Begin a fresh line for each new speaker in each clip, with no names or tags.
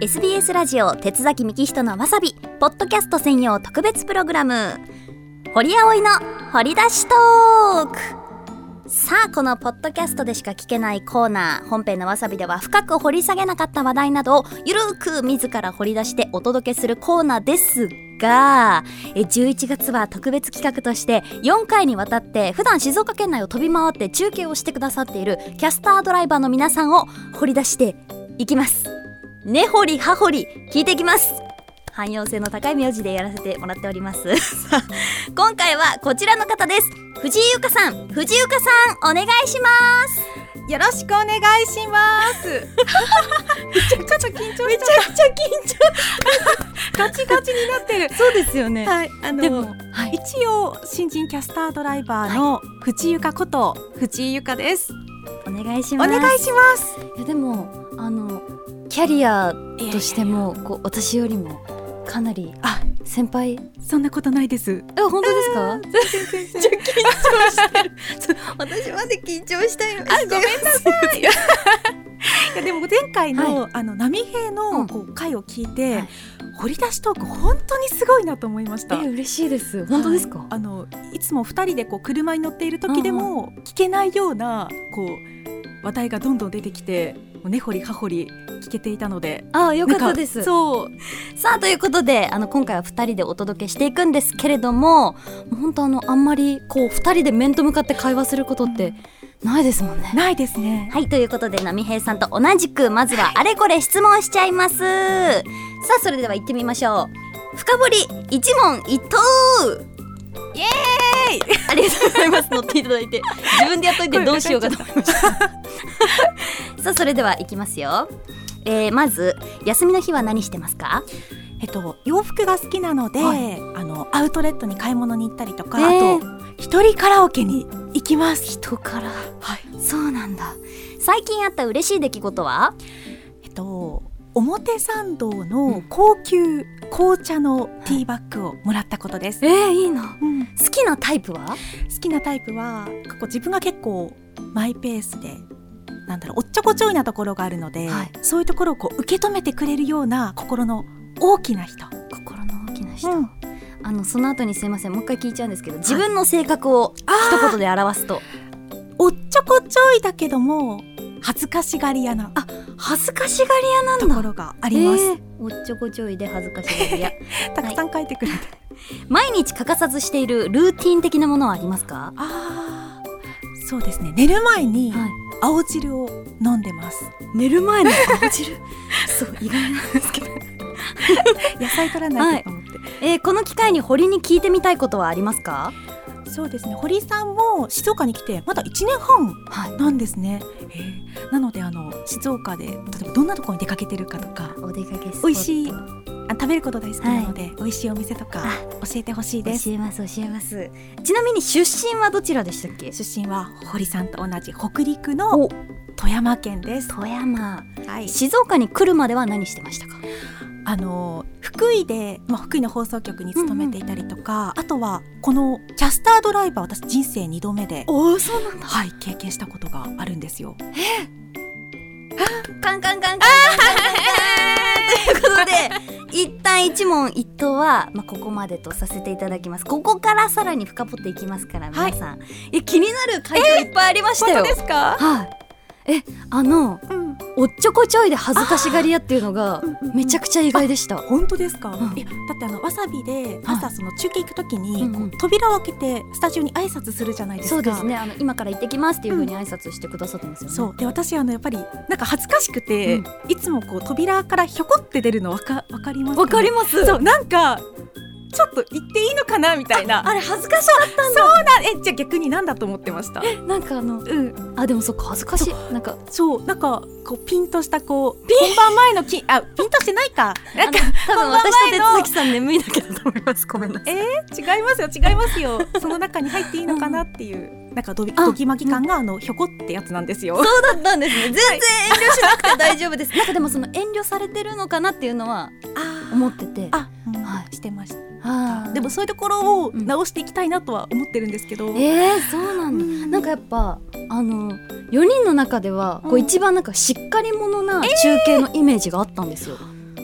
SBS ラジオ鉄崎幹人のわさびポッドキャスト専用特別プログラム堀葵の掘り出しトークさあこのポッドキャストでしか聞けないコーナー本編のわさびでは深く掘り下げなかった話題などをゆるーく自ら掘り出してお届けするコーナーですがえ11月は特別企画として4回にわたって普段静岡県内を飛び回って中継をしてくださっているキャスタードライバーの皆さんを掘り出していきます。根掘り葉掘り聞いていきます汎用性の高い名字でやらせてもらっております さあ今回はこちらの方です藤井優香さん藤井優香さんお願いします
よろしくお願いします。めちゃくちゃ緊張めちゃくちゃ緊張。ガチガチになってる。
そうですよね
はい、あの
でも、はい、
一応新人キャスタードライバーの藤井由香こと藤井由香です。
お願いし
お
ます
願いします。
いやでもあのキャリアとしてもこう私よりもかなり
あ
先輩
そんなことないです。
え本当ですか
全然全然。
私まで緊張したいの
あごめんなさい。いやでも前回の、あの波平
うん
のこう回を聞いて、
はい
掘り出しトーク本当にすごいなと思いました。
え嬉しいです本当ですか、
あのいつも2人でこう車に乗っている時でも聞けないようなこう話題がどんどん出てきてもう根掘り葉掘り聞けていたので
ああよかっ
な
た
ん
です
そう
さあということであの今回は2人でお届けしていくんですけれどももう本当あのあんまりこう2人で面と向かって会話することってないですもんね。
ないですね。
はいということで波平さんと同じくまずはあれこれ質問しちゃいます。さあそれでは行ってみましょう。深掘り一問一答イエーイありがとうございます乗っていただいて自分でやっといてどうしようかと
思い まし
さあそれでは行きますよ。えー、まず休みの日は何してますか
えっと洋服が好きなので、
は
あのアウトレットに買い物に行ったりとか、
ええ
あと一人カラオケに行きます。
人から
はい。
そうなんだ最近あった嬉しい出来事は
えっと表参道の高級紅茶のティーバッグをもらったことです。
えー、いいな
うん
好きなタイプは
好きなタイプはこう自分が結構マイペースでなんだろうおっちょこちょいなところがあるので、
はい
そういうところをこう受け止めてくれるような心の大きな人、
心の大きな人、
うん
あのその後にすいませんもう一回聞いちゃうんですけど自分の性格を一言で表すと
おっちょこちょいだけども恥ずかしがり屋な
恥ずかしがり屋なん
ところがあります、
えーおっちょこちょいで恥ずかしがり屋
たくさん書いてくれて、
毎日欠かさずしているルーティン的なものはありますか
あーそうですね寝る前に
はい
青汁を飲んでます、
寝る 前の青汁そう意外なんですけど、
野菜取らないとと思って、
えー、この機会に堀に聞いてみたいことはありますか
そうですね堀さんも静岡に来てまだ1年半
はい
なんですね、えーなのであの静岡で例えばどんなところに出かけてるかとか
お出かけスポット
美味しいあ食べること大好きなので、美味しいお店とか
あ
教えてほしいです
教えます教えますちなみに出身はどちらでしたっけ
出身は堀さんと同じ北陸の富山県です、
富山
はい、
静岡に来るまでは何してましたか
あの福井で、まあ、福井の放送局に勤めていたりとか、あとはこのキャスタードライバー私人生2度目で、
おおそうなんだ
はい、経験したことがあるんですよ
カンカンカンカンカンカンカンカンということで一旦一問一答は、まあ、ここまでとさせていただきますここからさらに深掘っていきますから
はい
皆さん、い、や気になる回答いっぱいありましたよ、
すか、
はいえあの
うん、
おっちょこちょいで恥ずかしがり屋っていうのがめちゃ
く
くちゃ意外でした
本当ですか、
うん
いやだってあのわさびで朝その中継行くときに、
うんうん
こう扉を開けてスタジオに挨拶するじゃないですか
そうですねあの今から行ってきますっていうふうに挨拶してくださったんですよね、
そうで私あのやっぱりなんか恥ずかしく
う
て、
ん
いつもこう扉からひょこって出るのわかわかります
わかり
ま
ます
そうなんかちょっと言っていいのかなみたいな
あれ恥ずかしかったんだ
あえじゃあ逆になんだと思ってました
なんかあの
うん
あでもそっか恥ずかしいなんか
そうなんかこうピンとしたこう本番前のきあピンとしてないかなんか
多分
本番
私と
前
手
の
続きさん眠いだけだと思いますごめんなさい
え違いますよ違いますよその中に入っていいのかなっていう、なんかどぎどぎまぎ感があのひょこってやつなんですよ
そうだったんですね全然遠慮しなくて大丈夫です なんかでもその遠慮されてるのかなっていうのは思ってて
あ、うん
は
してました
あー
でもそういうところを直していきたいなとは思ってるんですけど、
えー、そうなんだ、
うん
なんかやっぱあの4人の中ではこ
う
うん一番なんかしっかり者な中継のイメージがあったんですよ、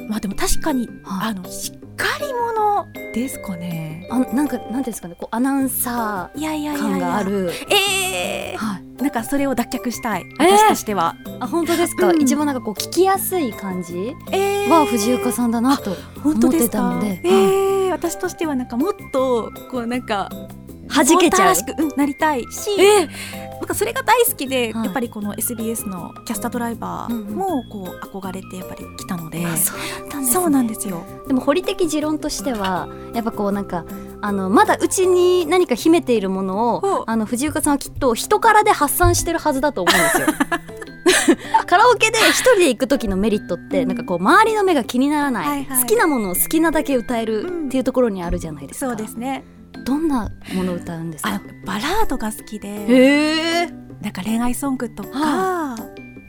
まあでも確かに
はい
あの光り物ですかね。
あなんかなんていうんですかねこうアナウンサ
いやいや
ー
いや
感
いや
がある
ええはい、なんかそれを脱却したい、
えー
私としては。
あ本当ですか、
うん
一番なんかこう聞きやすい感じ
え
は藤岡さんだなと
本当ですか
思ってたので
ええ私としてはなんかもっとこうなんか
弾けち
ボンタ
ゃ
ら
う
しく、うん、なりたいし、
えー
なんかそれが大好きで、
はい
やっぱりこの SBS のキャスタードライバーもこう憧れてやっぱり来たので、
あそうだったんです、ね、
そうなんですよ。
でも堀的持論としてはやっぱこうなんかあのまだうちに何か秘めているもの
ほう
をあの藤岡さんはきっと人からで発散してるはずだと思うんですよ。 カラオケで一人で行く時のメリットってなんかこう周りの目が気にならない、
はいはい
好きなものを好きなだけ歌えるっていうところにあるじゃないですか。
そうですね。
どんなものを歌うんです
あ
か。
バラードが好きで、
へえ。
なんか恋愛ソングとか、
は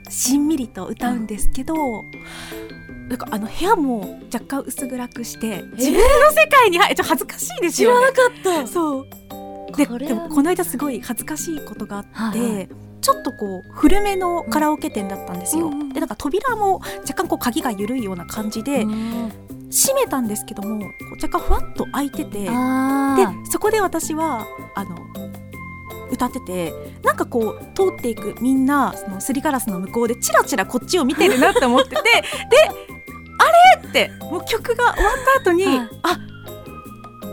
しんみりと歌うんですけど、なんかあの部屋も若干薄暗くして、自分の世界に入ちょっと恥ずかしいです
知ら
よ、
な
ね。
かった。
そう。で
これは
でもこの間すごい恥ずかしいことがあって、
はいはい
ちょっとこう古めのカラオケ店だったんですよ。
うんうんうん
でなんか扉も若干こう鍵が緩いような感じで、閉めたんですけどもこう若干ふわっと開いててで
あー
そこで私はあの歌っててなんかこう通っていくみんなそのすりガラスの向こうでチラチラこっちを見てるなって 思っててであれってもう曲が終わった後に、
はい
あ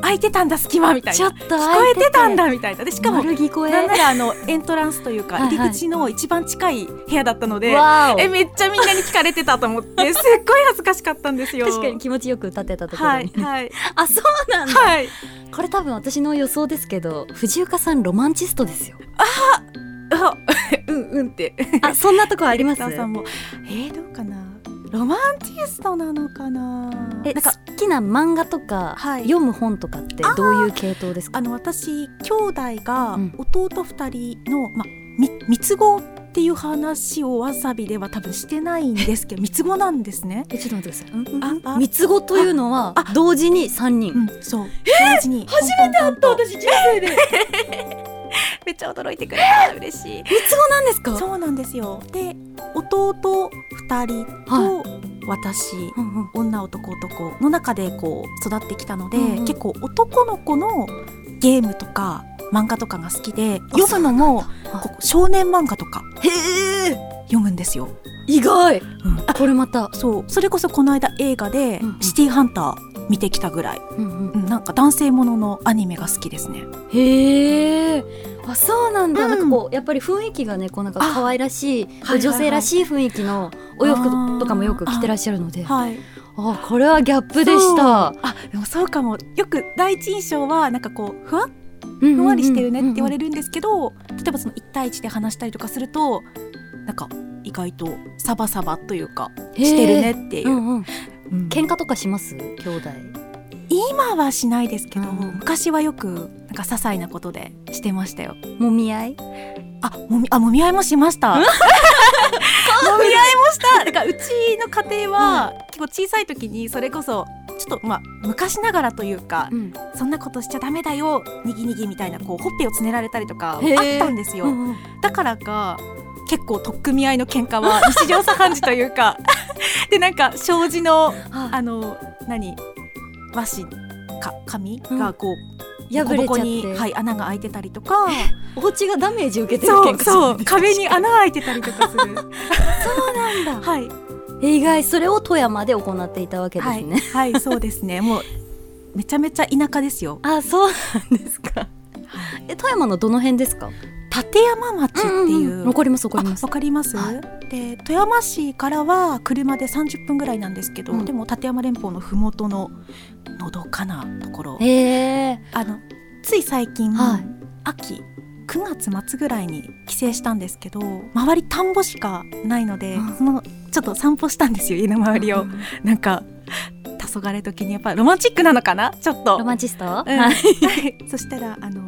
開いてたんだ隙間みたいな
ちょっと
聞こえてたんだみたいなでし
し
か
かも
も
丸聞こえ
なんならあのエントランスというか
はいはい
入り口の一番近い部屋だったので、
わお
えめっちゃみんなに聞かれてたと思ってすっごい恥ずかしかったんですよ。
確かに気持ちよく歌ってたところに、
はいはい
あそうなんだ、
はい。
これ多分私の予想ですけど藤岡さんロマンチストですよ
あうんうんって。
あそんなとこあります
ダーさんもえー、どうかなロマンティストなのかな。
え
なん
好
か
きな漫画とか、
はい
読む本とかってどういう系統ですか
あの私兄弟が
うん
弟二人の、まみ三つ子っていう話をわさびでは多分してないんですけど三つ子なんですね。
えちょっと待ってくださいうん
ああ
三つ子というのは
あ
同時に三人、
うん、そう。同時に初めて会った私人生で。めっちゃ驚いてくれた嬉し
三
い。
つ子なんですか
そうなんですよ。で、弟二人と私、
うんうん
女男男の中でこう育ってきたので、
うんうん
結構男の子のゲームとか漫画とかが好きで、
あ
読むのも
だ
こう少年漫画とか
へえ
読むんですよ。
意外、
ん
これまた、
そう、それこそこの間映画で
うんうん
シティハンター見てきたぐらい、
うん
うんなんか男性もののアニメが好きですね。
うん、へえあそうなんだ、
うん
なんかこうやっぱり雰囲気がねこうなんか
あ
可愛らしい
はいはい
女性らしい雰囲気のお洋服とかもよく着てらっしゃるので
はい。
あこれはギャップでした。
あでもそうかもよく第一印象はなんかこうふわっ
ふ
ふんわりしてるねって言われ
る。
るんですけど、例えばその一対一で話したりとかするとなんか意外とサバサバというか
へー
してるねってい
う
う、
んうん
うん
喧嘩とかします兄弟。
今はしないですけど、
うんうん
昔はよくなんか些細なことでしてましたよ
もみ合い。
あもみあもみ合いもしましたもみ合いもしただからうちの家庭は、結構小さい時にそれこそちょっとまあ昔ながらというか
うん
そんなことしちゃダメだよにぎにぎみたいなこうほっぺをつねられたりとかあっ
へー
たんですよ、
うんうん
だからか結構取っ組み合いの喧嘩 は日常茶飯事というか でなんか障子の
あ
あの何和紙か紙
うん
がこう、
破
ボコボコ
れ
に
ちゃって。
はい、穴が開いてたり とか
お家がダメージ受けてる
そ
喧
う
嘩
そう壁に穴開いてたりとかする
なんだ。
はい、
意外それを富山で行っていたわけです
はい
ね。
はい、そうですねもうめちゃめちゃ田舎ですよ
あそうなんですか。え富山のどの辺ですか。
立山町っていう、
わかりますわかります
あわ。かります、
は
で富山市からは車で30分ぐらいなんですけど、
うん
でも立山連峰の麓ののどかなところ
へえ。
あのつい最近、
はい
秋9月末ぐらいに帰省したんですけど周り田んぼしかないので、
うん
そのちょっと散歩したんですよ家の周りを、なんか黄昏時にやっぱロマンチックなのかなちょっと
ロマンチスト。
う
は
ん
い
はい、 そしたらあの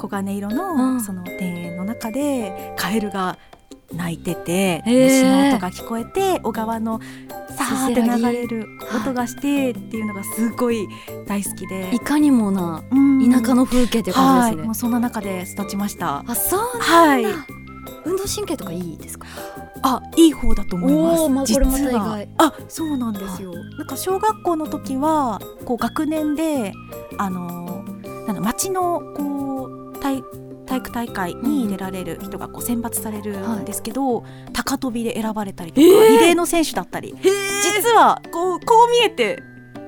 黄金色
う
の
ん
その庭園の中でカエルが鳴いてて
へー
虫の音が聞こえて小川のさーって流れる
はい
音がしてっていうのがすごい大好きで
い、かにもな
うん
田舎の風景って
は
感
い
じです
も
ね
う。そんな中で育ちました。
あそうなんだ。
はい、
運動神経とかいいですか。
あいい方だと思います。
おーまあこれまた
実は
意外
あそうなんですよ。なんか小学校の時はこう学年であのーなんだ町のこう体体育大会に出られる人がこう選抜されるんですけど、高跳びで選ばれたりとか、
えー
リレーの選手だったり
へ
実はこうこう見えて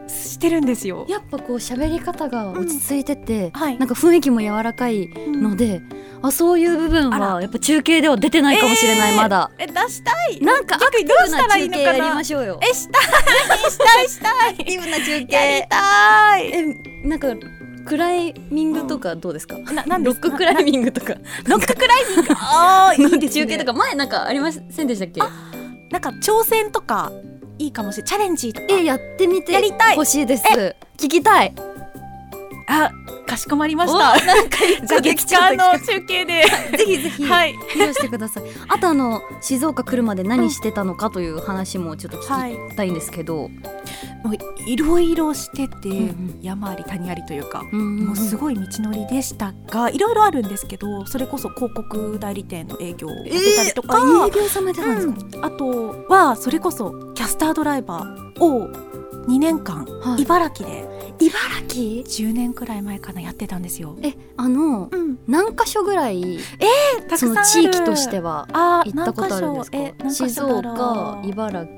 してるんですよ。
やっぱこう喋り方が落ち着いてて、
はい
なんか雰囲気も柔らかいので、あそういう部分
あ
はやっぱ中継では出てないかもしれない、
えー
まだ
え出したい
なんかアク
逆
テ
にどう
ィブ
し
な
たら
中
いいの
継
か
やりま
な
しょうよ
えしたい したいしたい
アクティブな中
やり
継
たい
えなんかクライミングとかどうですか、
ななん
ロ
で
ック
す
クライミングとかロッククライミング
あーいい
の
です
中
ね
継とか前なんかありませんでしたっけ
なんか挑戦とかいいかもしれないチャレンジとか
えやってみて
やりたい
欲しいです聞きたい
あかしこまりま
お
した
なんか
じゃあ月間の中継で
ぜひぜひ、
はい
披露してくださいあとあの静岡来るまで何してたのかという話もちょっと
はい
聞きたいんですけど、
もういろいろしてて、
んうん
山あり谷ありというか、
うん
もうすごい道のりでしたがいろいろあるんですけどそれこそ広告代理店の営業をやってたりとか、
あ営業されてたんですか、
うんあとはそれこそキャスタードライバーを2年間、
はい
茨城で
茨城
10年くらい前かなやってたんですよ。
えあの
うん、
何箇所ぐらい
たく
そ
さん
の
ある
地域としては
あー
行ったことあるんですか
何箇所え何箇
静
所だろう
岡茨城、
うん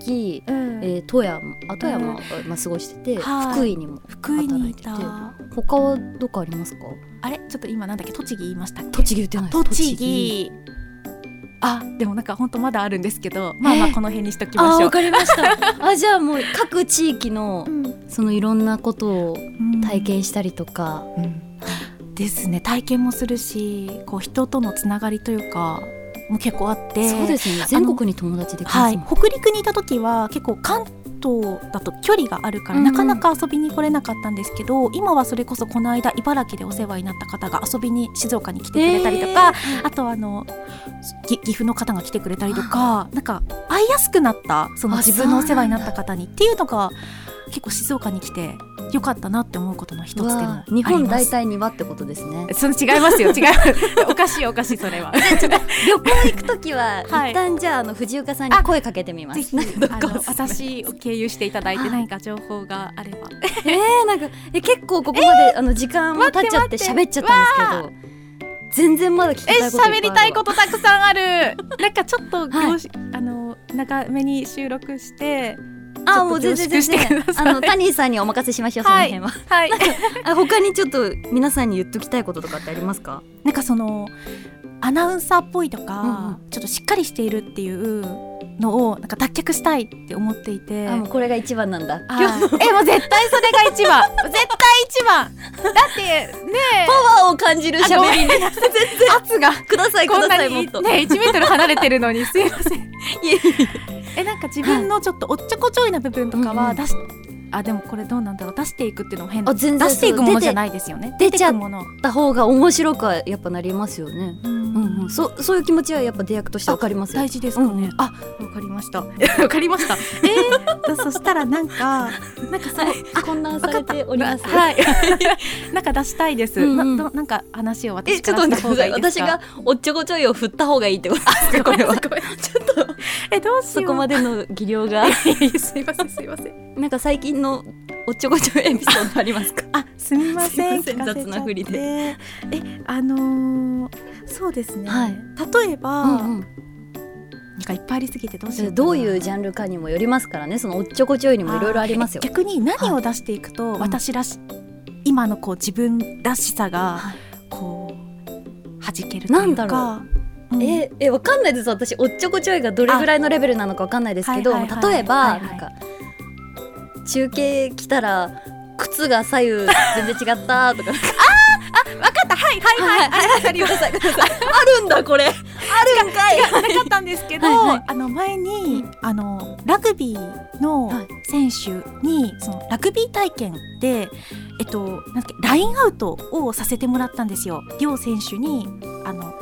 えー富山あ富山は、まあ、過ごしてて、
はい
福井にも
福井にいた
働他はどこありますか
あれちょっと今なんだっけ栃木言いましたっけ
栃木言ってない
栃木あでもなんか本当まだあるんですけどまあまあ
えー
この辺にしときま
あ
しょ
わ
う、
かりました あじゃあもう各地域の
うん
そのいろんなことを体験したりとか、
うんですね体験もするしこう人とのつながりというかも結構あって
そうですね全国に友達できますもん、
はい、北陸にいた時は結構関東だと距離があるから、
うんうん
なかなか遊びに来れなかったんですけど今はそれこそこの間茨城でお世話になった方が遊びに静岡に来てくれたりとか、あとあのぎ岐阜の方が来てくれたりとかなんか会いやすくなったその
あ
自分のお世話になった方にっていうのが結構静岡に来てよかったなって思うことの一つでもあ
わあ
ります
日本大体にはってことですね
その違いますよ違います おかしいおかしいそれは
旅行行くときは、
はい
一旦じゃああの藤岡さんに声かけてみます
ぜ ひ
なんか
あ
どこお
の
すすめ
私を経由していただいて何か情報があれば
えー、なんかえ結構ここまで、あの時間も経っちゃって
待って
喋っちゃったんですけど全然まだ聞きた
え
いこといっぱいあるわ
喋りたいことたくさんあるなんかちょっと凝
はい
縮、あの長めに収録して
あもう全然全
ちょっと凝
然
縮してくださ
あ
い
のタニーさんにお任せしましょうその辺は、
はい
あ他にちょっと皆さんに言っときたいこととかってありますか
なんかそのアナウンサーっぽいとか、
うん
ちょっとしっかりしているっていうのをなんか脱却したいって思っていて
あもうこれが一番なんだ
はいえもう絶対それが一番絶対一番だってねえ
パワーを感じる
あご
喋
め
り
ん圧が
くださいく
こん
ださ
ない
もっ
に
と、
ね1メートル離れてるのにすいません
いえい
えなんか自分のちょっとおっちょこちょいな部分とか
うんう
は
ん
出し、あでもこれどうなんだろう出していくっていうのも変
あ
だ出
全然
していく
そう
ものじゃないですよね
出て
てくもの
やった方が面白くはやっぱなりますよね
うん
うんうんそそういう気持ちはやっぱ出役としてわかりますよ
大事ですかね、
うんうん
あわかりましたわかりましたえー、そしたらな んかなんかその
混乱
わかった
は
はいい なんか出したいです、
うんうん
などなんか話を
え
私
ち
か
ょっと
らした
待って
方
くだ
が
さい
いいです
私
か
がおっちょこちょいを振った方がいいってことですかこれはちょっと
えどうし
そ
よ
こ
う
まで の技量が
すいませんすいません
なんか最近のおっちょこちょいエピソードありますか
あすみません
すいません
聞かせちゃって
雑なふりで
えあのー、そうですね、
はい
例えば、
うんうん
なんかいっぱいありすぎてどうし
そ
よう
れ
かな
どういうジャンルかにもよりますからねそのおっちょこちょいにもいろいろありますよ
ー逆に何を出していくと、
い
私らし今のこう自分らしさが
はい
こう弾けるというか
なんだろ
う、ん
ええわかんないです私おっちょこちょいがどれぐらいのレベルなのかわかんないですけど、
あはいはいはい
例えば、
はいはい
なんか中継来たら靴が左右全 然違ったとか
わかったはいはいはいはいわかりましたな
あるんだこれあるんかい
かったんですけど
はいはい
あの前にあのラグビーの
はい
選手にそのラグビー体験でえっとなんだっけラインアウトをさせてもらったんですよ両選手にあの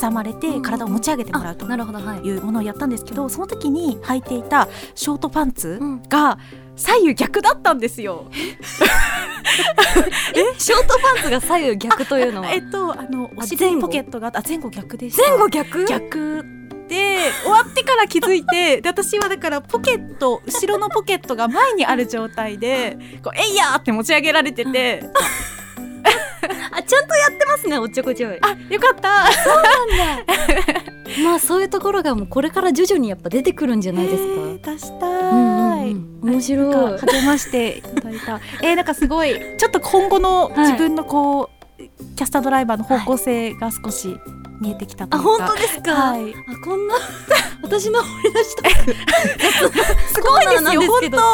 挟まれ
うんう
て
ん
体を持ち上げてもら
あ
うと
なるほどはい、
いうものをやったんですけどその時に履いていたショートパンツ
うん
が左右逆だったんですよ。
ショートパンツが左右逆というのは
えっとあのお
あ
尻
前
に
後
ポケットがあったあ前後逆でした
前後逆
逆で終わってかから気づ いてで私はだからポケット後ろのポケットが前にある状態でこうえいやーって持ち上げられてて
あちゃんとやってますねおっちょこちょい
あよかった
まあそういうところがもうこれから徐々にやっぱ出てくるんじゃないです
え
か、
ー出した
うんうん
ーい、
うん面白い
なんか励ましていただいたえーなんかすごいちょっと今後の自分のこう、キャスタードライバーの方向性が少し見えてきたと
あ
いうか、
本当ですか、
はい
あこんな私の掘り出した
すごい
そう
で
な
す
ん
よ
です
本
けど
当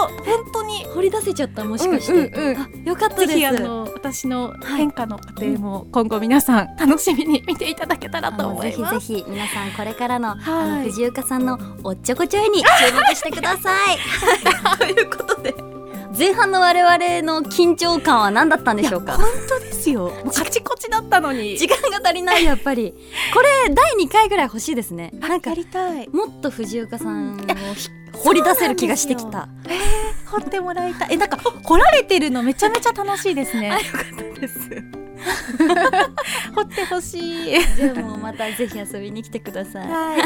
本当に
掘り出せちゃったもしかして、
うんうんうん
あよかったで
ぜ
す
ひあの私の変化の過程も今後皆さん楽しみに見ていただけたら
あ
と
の
思
ぜ
い
ひ
ます。
ぜひ皆さんこれからの,、
はい
あの藤岡さんのおっちょこちょいに注目してくださ い
ということで
前半の我々の緊張感は何だったんでしょうか
本当ですよ。もうカチコチだったのに。
時間が足りないやっぱりこれ第2回ぐらい欲しいですねなんか
やりたい。
もっと藤岡さんをひ掘り出せる気がしてきた
掘ってもらいたい。えなんか掘られてるのめちゃめちゃ楽しいですね。
よかったです
掘ってほしい。
じゃあもうまたぜひ遊びに来てください
はい。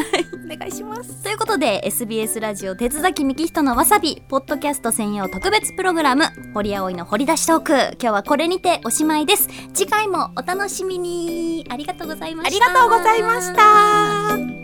お願いします。
ということで SBS ラジオ鉄崎幹人のわさびポッドキャスト専用特別プログラム堀葵の掘り出しトーク今日はこれにておしまいです次回もお楽しみにありがとうございました
ありがとうございました。